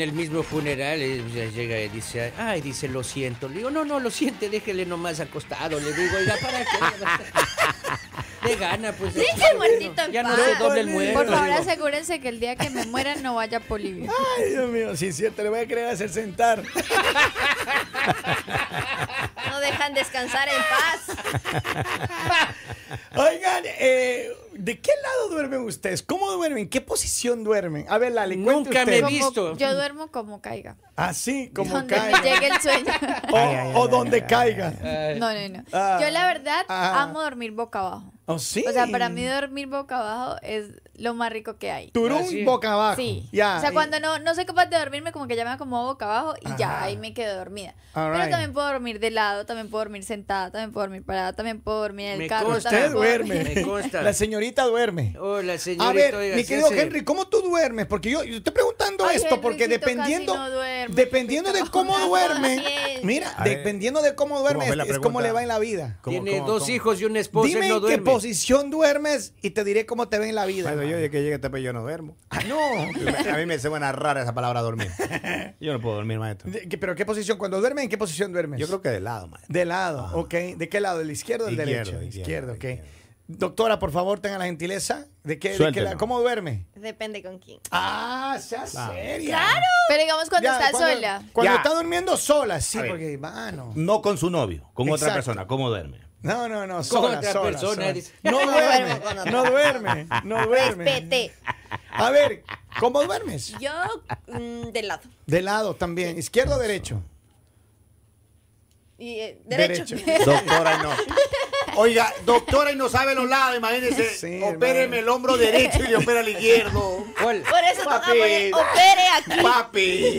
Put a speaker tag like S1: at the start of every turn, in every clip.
S1: el mismo funeral eh, llega y dice, ay, dice, lo siento. Le digo, no, no, lo siente, déjele nomás acostado. Le digo, oiga, ¿para qué? De gana, pues.
S2: Deje
S1: ya
S2: el muertito en
S1: no- ya no
S2: paz.
S1: se doble el muerto.
S2: Por favor,
S1: digo.
S2: asegúrense que el día que me muera no vaya a Bolivia.
S3: Ay, Dios mío, sí, es cierto, le voy a querer hacer sentar.
S4: No dejan descansar en paz.
S3: Oigan, eh, ¿de qué lado duermen ustedes? ¿Cómo duermen? ¿Qué posición duermen? A ver, Lali, cuente
S1: Nunca me
S3: usted.
S1: he vi- visto.
S2: yo duermo como caiga.
S3: Así, como
S2: donde
S3: caiga.
S2: me llegue el sueño.
S3: O, o donde caiga.
S1: Ay,
S2: No, no, no.
S3: Ah.
S2: Yo la verdad
S3: Ah.
S2: amo dormir boca abajo.
S3: ¿O Oh, sí?
S2: O sea, para mí dormir boca abajo es lo más rico que hay.
S3: Turún,
S1: Así.
S3: boca abajo.
S2: Sí.
S3: Ya.
S2: o sea,
S3: Y-
S2: cuando no, no soy capaz de dormirme, como que ya me acomodo boca abajo y ya ahí me quedo dormida.
S3: All right.
S2: Pero también puedo dormir de lado, también puedo dormir sentada, también puedo dormir parada, también puedo dormir en el
S1: Me
S2: carro.
S1: consta.
S2: también
S3: Usted
S2: puedo dormir-
S3: duerme.
S1: Me consta.
S3: La señorita duerme.
S1: Hola, señorita.
S3: A ver,
S1: oiga,
S3: mi
S1: se
S3: querido
S1: hace-
S3: Henry, ¿cómo tú duermes? Porque yo, yo estoy preguntando
S2: Ay,
S3: esto, porque
S2: Henrycito casi
S3: dependiendo,
S2: no duerme,
S3: dependiendo de cómo
S2: No,
S3: duermen,
S2: así es.
S3: mira,
S5: A ver,
S3: dependiendo de cómo duermes,
S5: fue la
S3: es, es cómo
S5: pregunta?
S3: le va en la vida.
S5: ¿Cómo-
S1: Tiene
S5: cómo-
S1: dos
S5: cómo?
S1: hijos y una esposa
S3: Dime
S1: y no
S3: en qué
S1: duerme.
S3: posición duermes y te diré cómo te ve en la vida.
S5: Bueno, yo de que llegue a Tepe yo no duermo.
S3: Ah, no.
S5: A mí me suena rara esa palabra dormir. Yo no puedo dormir, maestro.
S3: De- que- ¿Pero qué posición? Cuando duermes, ¿en qué posición duermes?
S5: Yo creo que de lado, maestro.
S3: De lado, ok. ¿De qué lado? ¿Del izquierdo o del
S5: Izquierdo,
S3: derecho? Izquierdo,
S5: izquierdo,
S3: ok.
S5: izquierdo.
S3: Doctora, por favor, tenga la gentileza. ¿De qué, de qué
S5: Suéltelo.
S3: lado? ¿Cómo duerme?
S4: Depende con quién.
S3: Ah, sea
S5: Claro.
S3: seria.
S2: Pero digamos cuando
S3: Ya,
S2: está sola.
S3: Cuando
S5: Ya.
S3: está durmiendo sola, sí,
S5: A ver.
S3: porque, mano.
S5: No con su novio, con otra
S3: Exacto.
S5: persona. ¿Cómo duerme?
S3: No, no, no, sola,
S1: otra
S3: sola,
S1: persona,
S3: sola.
S1: dice.
S3: No
S4: duermo con
S3: duerme,
S4: otra.
S3: no duerme, no duerme.
S4: Respete.
S3: A ver, ¿cómo duermes?
S4: Yo mm, de lado.
S3: De lado también, izquierdo o derecho.
S4: Y, eh, derecho.
S3: Derecho.
S5: Doctora y no. Oiga, doctora y no sabe los lados, imagínese.
S3: Sí, hermano.
S5: opéreme el hombro derecho y le opera el izquierdo.
S1: Hola.
S4: Por eso
S3: Ah,
S4: toca poner Ah, opere aquí.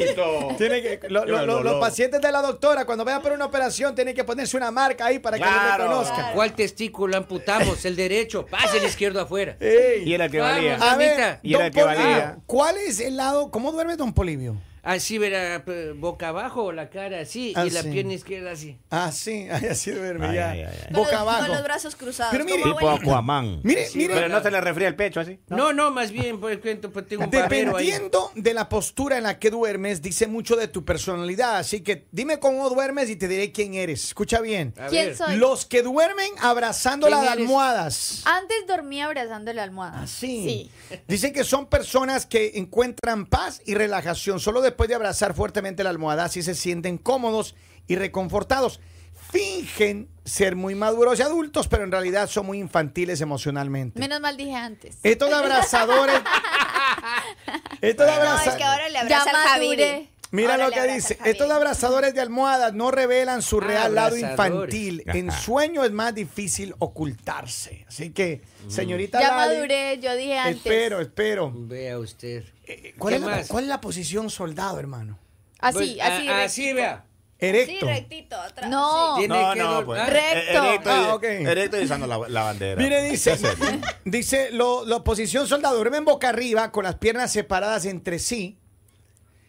S5: Papito.
S1: Ah,
S3: Tiene que, lo- lo- lo- los
S5: dolor.
S3: pacientes de la doctora, cuando vayan por una operación, tienen que ponerse una marca ahí para que
S5: Claro.
S3: lo reconozcan.
S1: ¿Cuál testículo amputamos? El derecho. Pase el izquierdo afuera.
S3: Ey.
S5: Y era el que
S1: Vamos.
S5: valía.
S3: A ver,
S1: mamita.
S5: Y era
S3: don
S5: el que valía.
S3: Polivio, ¿cuál es el lado? ¿Cómo duerme don Polivio?
S1: Así verá, p- boca abajo, la cara así y la
S3: Así.
S1: pierna izquierda así.
S3: Ah, sí, ay, así duerme
S5: Ay,
S3: ya.
S5: ay, ay, ay.
S4: Con
S3: Boca
S4: los-
S3: abajo.
S4: Con los brazos cruzados.
S3: Pero mire,
S4: como
S5: Tipo
S4: abuelita.
S5: Aquaman.
S3: Mire,
S5: Sí,
S3: mire.
S5: Pero no se le refría el pecho así.
S1: No, no, más bien, por ejemplo, pues tengo un barbero ahí.
S3: Dependiendo de la postura en la que duermes, dice mucho de tu personalidad. Así que dime cómo duermes y te diré quién eres. Escucha bien.
S1: A
S2: ¿Quién
S1: ver.
S2: soy?
S3: Los que duermen abrazando las
S1: ¿Quién eres?
S3: almohadas.
S2: Antes dormía abrazando la
S3: Ah,
S2: almohada.
S3: Así. Dicen que son personas que encuentran paz y relajación solo después de abrazar fuertemente la almohada. Así se sienten cómodos y reconfortados. Fingen ser muy maduros y adultos, pero en realidad son muy infantiles emocionalmente.
S2: Menos mal dije antes.
S4: Eh,
S3: Estos abrazadores. Estos
S4: No,
S3: abrazadores.
S4: es que ahora le
S2: Ya
S4: abraza al Javier.
S2: maduré.
S3: Mira
S4: Ahora
S3: lo
S4: le
S3: que
S4: abraza
S3: dice.
S4: al Javier.
S3: Estos abrazadores de almohadas no revelan su real lado
S1: Abrazadores.
S3: infantil.
S5: Ajá.
S3: En sueño es más difícil ocultarse. Así que, señorita
S2: Ya
S3: Lali,
S2: maduré, yo dije antes.
S3: espero, espero.
S1: Vea usted.
S3: Eh, ¿Cuál
S1: ¿Qué
S3: es, la,
S1: más?
S3: cuál es la posición soldado, hermano?
S2: Así,
S1: Pues,
S2: así.
S1: a-
S2: recto.
S1: así, vea.
S4: Sí,
S3: Erecto.
S4: rectito. Atrás.
S2: No.
S1: Tiene
S5: No,
S1: que
S5: no,
S1: dol-
S5: pues.
S1: Ah,
S2: Recto.
S5: Erecto, y-
S3: Ah, ok.
S5: erecto y izando la, la bandera.
S3: Mire, dice, dice, lo, la posición soldado duermen boca arriba con las piernas separadas entre sí.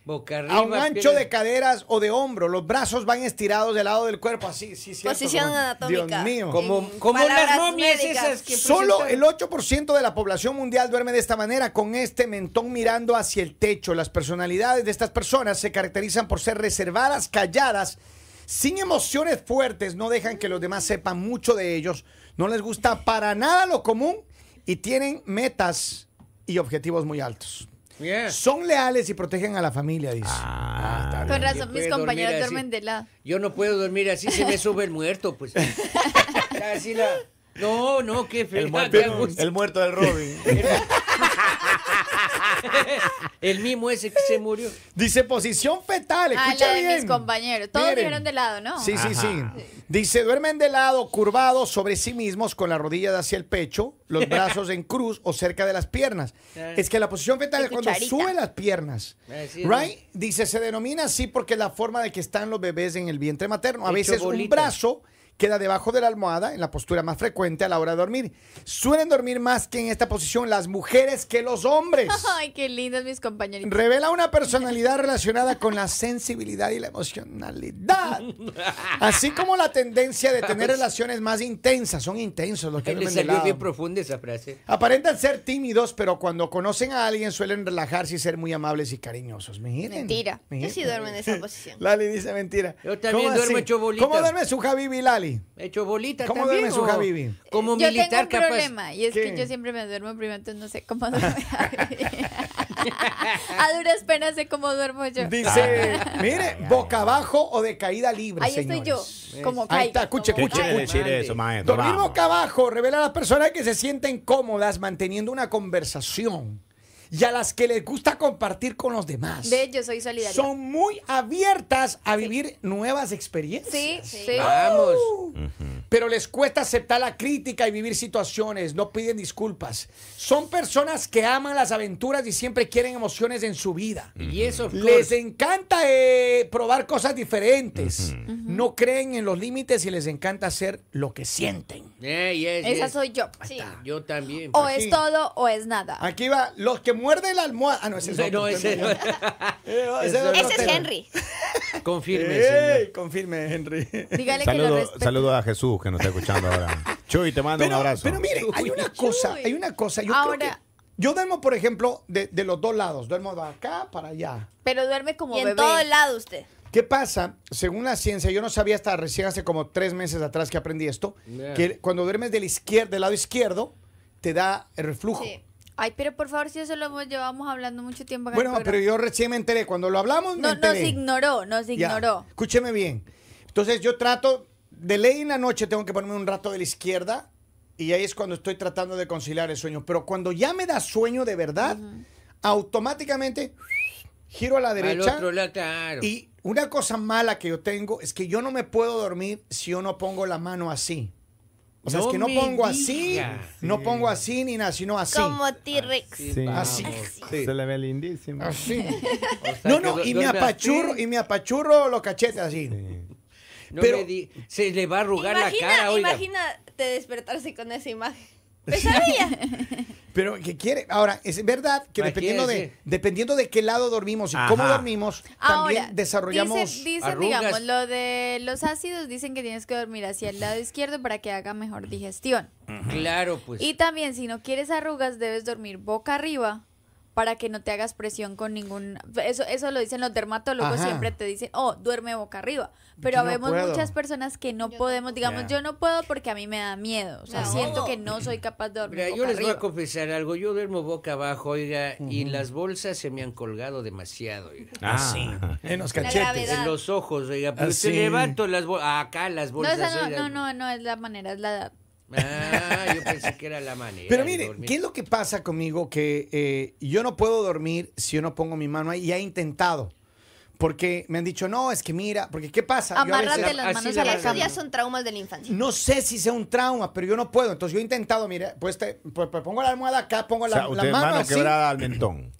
S1: Boca arriba.
S3: a un ancho
S1: pierna-
S3: de caderas o de hombro. Los brazos van estirados del lado del cuerpo, así, sí, cierto.
S4: Posición
S3: Como-
S4: anatómica.
S3: Dios mío.
S4: Como-
S1: Como las
S4: Palabras
S1: momias
S4: médicas.
S1: esas que
S3: Solo el
S1: presentan.
S3: 8% de la población mundial duerme de esta manera, con este mentón mirando hacia el techo. Las personalidades de estas personas se caracterizan por ser reservadas, calladas, sin emociones fuertes, no dejan que los demás sepan mucho de ellos, no les gusta para nada lo común y tienen metas y objetivos muy altos.
S1: Mira,
S3: Son leales y protegen a la familia, dice.
S5: Ah, está
S2: Con
S5: bien.
S2: razón,
S1: Puede
S2: mis
S1: dormir
S2: compañeros
S1: así.
S2: duermen de lado.
S1: Yo no puedo dormir así, se me sube el muerto, pues. Así la... No, no, qué pues. feo.
S5: El muerto,
S1: qué angustia.
S5: el muerto del Robin.
S1: El mimo ese que se murió.
S3: Dice posición fetal,
S2: Ah,
S3: escucha
S2: la de
S3: bien.
S2: mis compañeros. Todos
S3: Miren.
S2: dijeron de lado, ¿no?
S3: Sí, sí,
S5: Ajá.
S3: sí. Dice, duermen de lado, curvados sobre sí mismos, con las rodillas hacia el pecho, los brazos en cruz o cerca de las piernas.
S1: Ah.
S3: Es que la posición fetal
S4: Qué
S3: es cuando
S4: cucharita.
S3: suben las piernas.
S1: Así es.
S3: Right? Dice, se denomina así porque es la forma de que están los bebés en el vientre materno. A
S1: Hecho
S3: veces un
S1: bolita.
S3: brazo queda debajo de la almohada, en la postura más frecuente a la hora de dormir. Suelen dormir más que en esta posición las mujeres que los hombres.
S2: Ay, qué lindos mis compañeritos.
S3: Revela una personalidad relacionada con la sensibilidad y la emocionalidad. Así como la tendencia de tener
S1: Pues
S3: relaciones más intensas. Son intensos los que
S1: Ahí le
S3: duermen de
S1: salió
S3: lado.
S1: bien profunda esa frase.
S3: Aparentan ser tímidos, pero cuando conocen a alguien suelen relajarse y ser muy amables y cariñosos. Miren.
S2: Mentira.
S4: Yo
S3: miren.
S4: sí duermo en esa posición.
S3: Lali dice mentira.
S1: Yo también
S3: ¿Cómo
S1: duermo
S3: así?
S1: hecho bolita.
S3: ¿Cómo duerme su Javibi, Lali?
S1: Hecho bolita
S3: ¿Cómo
S1: también.
S3: duerme su
S1: o
S3: Habibi?
S1: Como
S2: yo tengo
S1: militar
S2: un
S1: capaz.
S2: problema y es
S3: ¿Qué?
S2: que yo siempre me duermo primero, entonces no sé cómo duermo. a duras penas sé cómo duermo yo.
S3: Dice, mire, boca abajo o de caída libre,
S2: Ahí
S3: señores.
S2: estoy yo, como
S3: Ahí está,
S2: caiga,
S3: escuche,
S2: como
S5: ¿Qué
S3: escuche,
S2: caiga.
S5: quiere decir eso, maestro?
S3: Dormir
S5: Vamos.
S3: boca abajo revela a las personas que se sienten cómodas manteniendo una conversación y a las que les gusta compartir con los demás.
S2: De hecho, soy solidaria.
S3: Son muy abiertas a vivir nuevas experiencias.
S2: Sí, sí.
S3: Ah,
S1: Vamos.
S3: Pero les cuesta aceptar la crítica y vivir situaciones, no piden disculpas. Son personas que aman las aventuras y siempre quieren emociones en su vida.
S1: Y eso, of
S3: Les
S1: course.
S3: encanta eh, probar cosas diferentes. No creen en los límites y les encanta hacer lo que sienten.
S1: Eh, yes,
S2: Esa
S1: yes.
S2: soy yo. pues.
S4: Sí.
S1: Yo también. pues.
S2: O
S3: pues Aquí.
S2: es todo o es nada.
S3: Aquí va, los que muerden la almohada. Ah, no, ese es
S1: No,
S3: otro.
S1: ese no.
S3: Eh, ese
S1: Ese
S3: otro
S4: Ese es
S3: tema.
S4: Henry.
S1: Confirme, señor.
S3: Ey, confirme, Henry.
S2: Dígale que lo
S5: Saludo,
S2: respeto.
S5: saludo a Jesús que nos está escuchando ahora. Chuy, te mando un
S3: Pero,
S5: abrazo.
S3: pero mire, hay una cosa, hay una cosa. Yo creo
S2: Ahora-
S3: que- yo duermo, por ejemplo, de, de los dos lados. Duermo de acá para allá.
S2: Pero duerme como
S4: Y en
S2: bebé.
S4: todo el lado usted.
S3: ¿Qué pasa? Según la ciencia, yo no sabía hasta recién hace como tres meses atrás que aprendí esto,
S1: Yeah.
S3: que cuando duermes del, izquier- del lado izquierdo, te da el reflujo.
S4: Sí.
S2: Ay, pero por favor, si eso lo hemos- llevamos hablando mucho tiempo. acá en el
S3: Bueno, pero
S2: programa.
S3: yo recién me enteré. Cuando lo hablamos, me
S2: No, nos
S3: enteré.
S2: ignoró, nos
S3: Ya,
S2: ignoró.
S3: Escúcheme bien. Entonces yo trato, de ley en la noche tengo que ponerme un rato de la izquierda y ahí es cuando estoy tratando de conciliar el sueño. Pero cuando ya me da sueño de verdad, automáticamente giro a la
S1: Al
S3: derecha.
S1: otro lado, claro.
S3: Y una cosa mala que yo tengo es que yo no me puedo dormir si yo no pongo la mano así. O sea,
S1: No
S3: es que no
S1: me diga.
S3: pongo así, no pongo así ni nada, sino así.
S4: Como T-Rex.
S1: Ah, Sí,
S6: Sí.
S5: Ah,
S1: vamos.
S3: Así.
S6: Sí. Se le ve lindísimo.
S3: Así.
S1: O sea,
S3: No,
S1: que
S3: no,
S1: du-
S3: y me
S1: duerme
S3: apachurro,
S1: así.
S3: y me apachurro los cachetes así.
S1: No
S3: pero-
S1: me di- se le va a arrugar la cara,
S4: Imagina,
S1: oiga.
S4: imagínate despertarse con esa imagen. Pesadilla.
S3: Pero que quiere. Ahora, es verdad que dependiendo de,
S1: Imagínese.
S3: dependiendo de qué lado dormimos y cómo
S5: Ajá.
S3: dormimos,
S2: Ahora,
S3: también desarrollamos.
S2: Dicen, dicen,
S1: arrugas.
S2: digamos, lo de los ácidos, dicen que tienes que dormir hacia el lado izquierdo para que haga mejor digestión.
S1: Claro, pues.
S2: Y también, si no quieres arrugas, debes dormir boca arriba para que no te hagas presión con ningún... Eso, eso lo dicen los dermatólogos,
S3: Ajá.
S2: siempre te dicen, oh, duerme boca arriba.
S3: Yo
S2: Pero
S3: no
S2: vemos
S3: puedo.
S2: muchas personas que no
S4: Yo
S2: podemos, digamos,
S5: Ya.
S2: yo no puedo porque a mí me da miedo. O sea,
S4: Me
S2: siento
S4: ahogo.
S2: que no soy capaz de dormir
S1: Mira, yo
S2: boca
S1: les voy a
S2: arriba.
S1: confesar algo. Yo duermo boca abajo, oiga, y las bolsas se me han colgado demasiado, oiga.
S5: Así.
S3: En los
S4: La
S3: cachetes.
S4: gravedad.
S1: En los ojos, oiga. Pero
S3: Así.
S1: te levanto las bolsas. Acá las
S2: No,
S1: bolsas.
S2: esa no,
S1: oiga.
S2: no, no, no, es la manera, es la edad.
S1: Ah, yo pensé que era la manera.
S3: Pero
S1: de
S3: mire,
S1: dormir.
S3: ¿qué es lo que pasa conmigo? Que eh, yo no puedo dormir si yo no pongo mi mano ahí. Y he intentado. Porque me han dicho, no, es que mira, porque ¿qué pasa? Yo a
S2: Amárrate
S1: veces-
S2: las
S1: así
S2: manos
S1: le
S2: a
S1: va
S2: la
S1: a
S4: Esos
S1: hacer.
S4: ya
S2: cama.
S4: son traumas de la infancia.
S3: No sé si sea un trauma, pero yo no puedo. Entonces yo he intentado, mira, pues, te- pues, pues, pongo la almohada acá, pongo
S5: O
S3: la,
S5: sea,
S3: la
S5: usted
S3: mano,
S5: mano
S3: así.
S5: quebrada al mentón.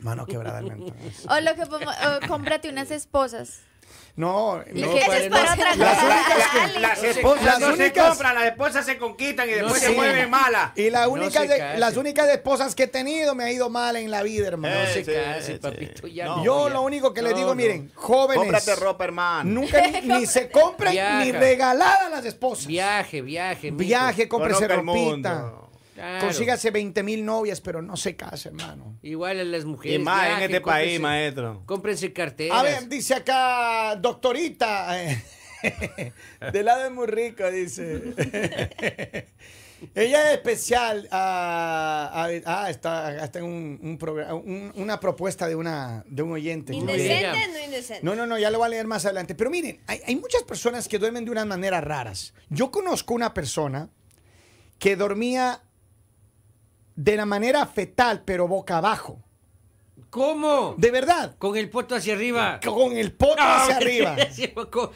S3: Mano quebrada. hermano.
S2: O lo que podemos- o cómprate unas esposas.
S3: No,
S2: Y
S3: no,
S2: que
S1: para
S2: esas
S1: no-
S2: para otra
S3: Las
S2: cosa.
S3: únicas que-
S2: Dale.
S5: Las
S3: Las
S5: esposas no se
S3: únicas-
S5: compran, las esposas se conquistan y
S1: No
S5: después
S1: sé.
S5: se vuelven malas.
S3: Y la
S1: No
S3: única
S1: se
S3: de-
S1: case.
S3: las únicas esposas que he tenido me ha ido mal en la vida, hermano.
S1: No
S5: Eh,
S1: se
S5: sí,
S1: case,
S5: sí.
S1: papito. Ya
S5: No,
S3: Yo
S1: ya.
S3: lo único que les
S1: No,
S3: digo,
S1: no.
S3: miren, jóvenes.
S5: Cómprate ropa, hermano.
S3: Pues, Nunca ni, ni se compren
S1: Viaja.
S3: ni regaladas las esposas.
S1: Viaje, viaje. mijo.
S3: Viaje, cómprese
S5: Conozca el
S3: ropita.
S5: mundo.
S1: Claro.
S3: Consígase 20 mil novias, pero no se case, hermano.
S1: Igual a las
S5: Y
S1: mujeres.
S5: más en
S1: viaje,
S5: este país,
S1: cómprense-
S5: maestro.
S1: Cómprense carteras.
S3: A ver, dice acá, doctorita. eh, De lado es muy rico, dice. Ella es especial. Ah, ah, ah, está, está en un, un programa, un- una propuesta de, una, de un oyente. Muy bien.
S4: Indecente, no indecente.
S3: No, no, no, ya lo voy a leer más adelante. Pero miren, hay, hay muchas personas que duermen de unas maneras raras. Yo conozco una persona que dormía de la manera fetal, pero boca abajo.
S1: ¿Cómo?
S3: De verdad.
S1: Con el poto hacia arriba.
S3: Con el poto
S1: Ah,
S3: hacia arriba.
S1: Como-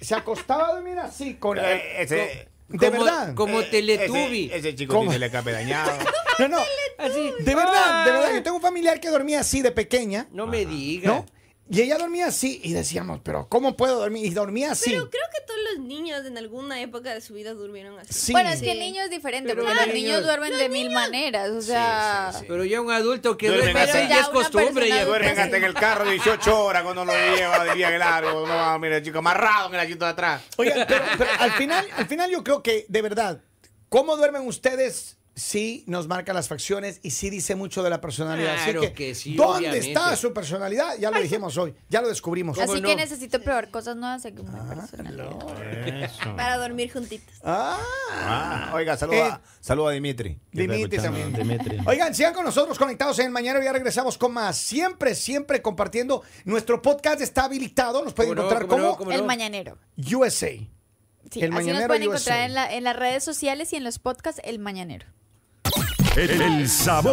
S3: Se acostaba a dormir así, con el-
S5: Eh, ese- eh,
S3: De verdad. Eh,
S1: Como Teletubi.
S5: Ese, ese chico
S3: ¿Cómo?
S5: tiene el escape dañado.
S3: No, no.
S1: Así.
S3: De verdad, de verdad.
S1: Ah, Ay,
S3: Yo tengo un familiar que dormía así de pequeña,
S1: No me diga.
S3: ¿no? Y ella dormía así y decíamos, pero ¿cómo puedo dormir? Y dormía así.
S4: Pero creo que todos los niños en alguna época de su vida durmieron así.
S3: Sí.
S2: Bueno, es
S4: Sí.
S2: que el niño es diferente,
S1: Pero
S2: porque
S1: los
S2: los niños
S1: niños-
S2: duermen de mil maneras, o sea...
S5: sí.
S1: Pero ya un adulto que
S5: Duermen
S1: duerme
S5: hasta-
S1: ahí ya
S2: Ya
S1: es
S2: una
S1: costumbre.
S2: persona
S3: pues,
S1: ya-
S2: adulta.
S5: Duermen hasta en el carro 18 horas cuando lo lleva de viaje largo. No, mira, chico, amarrado en el asiento de atrás.
S3: Oiga, pero, pero al, final, al final yo creo que, de verdad, ¿cómo duermen ustedes? Sí nos marca las facciones y sí dice mucho de la personalidad. Así
S1: Claro
S3: que,
S1: que sí,
S3: ¿dónde
S1: obviamente.
S3: está su personalidad? Ya lo dijimos hoy, ya lo descubrimos.
S2: Así
S1: no?
S2: que necesito probar cosas nuevas según mi personalidad.
S6: Eso.
S4: Para dormir juntitos.
S3: Ah,
S5: Ah, oiga, saluda, saluda a Dimitri.
S3: Dimitri también.
S6: Dimitri.
S3: Oigan, sigan con nosotros conectados en el mañana. Ya regresamos con más. Siempre, siempre compartiendo. Nuestro podcast está habilitado. Nos pueden
S1: ¿Cómo no?
S3: encontrar
S1: ¿Cómo no?
S3: como
S1: ¿Cómo
S2: El mañanero.
S3: USA.
S2: Sí,
S3: El
S2: así nos
S3: Mañanero
S2: pueden
S3: USA.
S2: encontrar en, la- en las redes sociales y en los podcasts El Mañanero.
S7: El, el sabor.